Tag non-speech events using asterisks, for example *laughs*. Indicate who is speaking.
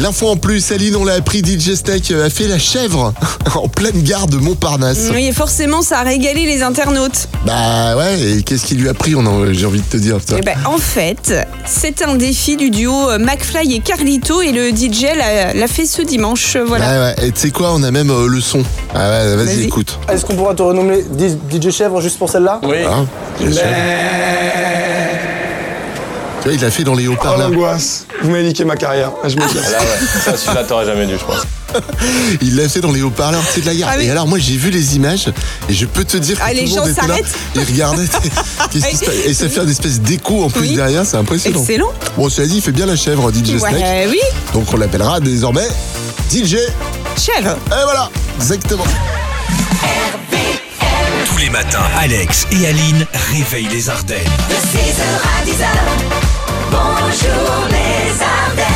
Speaker 1: L'info en plus, Aline, on l'a appris, DJ Snake euh, a fait la chèvre *laughs* en pleine gare de Montparnasse.
Speaker 2: Oui, et forcément, ça a régalé les internautes.
Speaker 1: Bah ouais, et qu'est-ce qui lui a pris on en- J'ai envie de te dire. putain.
Speaker 2: Eh ben, en fait, c'est un défi du duo euh, McFly et Carlito et le DJ l'a l'a fait ce dimanche. euh, Voilà.
Speaker 1: Ah Ouais, ouais. Et tu sais quoi, on a même euh, le son. Ah ouais, vas-y,
Speaker 2: Vas-y.
Speaker 1: écoute.
Speaker 3: Est-ce qu'on pourra te renommer Di- DJ Chèvre juste pour celle-là
Speaker 4: Oui.
Speaker 1: Hein, bien sûr. Tu vois, il l'a fait dans les
Speaker 5: Oh
Speaker 1: haut-parleurs.
Speaker 5: l'angoisse, vous m'avez niqué ma carrière, je me casse.
Speaker 4: Là, ouais. Ça, celui-là, t'aurais jamais dû, je pense.
Speaker 1: Il l'a fait dans les haut-parleurs, c'est de la gare.
Speaker 2: Ah oui.
Speaker 1: Et alors, moi, j'ai vu les images et je peux te dire que
Speaker 2: Ah,
Speaker 1: tout
Speaker 2: les
Speaker 1: le
Speaker 2: gens
Speaker 1: monde était là.
Speaker 2: s'arrêtent
Speaker 1: Ils
Speaker 2: *laughs*
Speaker 1: regardaient. Qu'est-ce qui se passe Et ça fait un espèce d'écho en plus
Speaker 2: Oui.
Speaker 1: derrière, c'est impressionnant.
Speaker 2: Excellent.
Speaker 1: Bon, cela dit, il fait bien la chèvre, DJ Snake.
Speaker 2: Ouais, euh, oui,
Speaker 1: Donc, on l'appellera désormais DJ. Et
Speaker 2: chèvre.
Speaker 1: voilà, exactement.
Speaker 6: Tous les matins, Alex et Aline réveillent les Ardennes.
Speaker 7: De 6h à 10h, bonjour les Ardennes.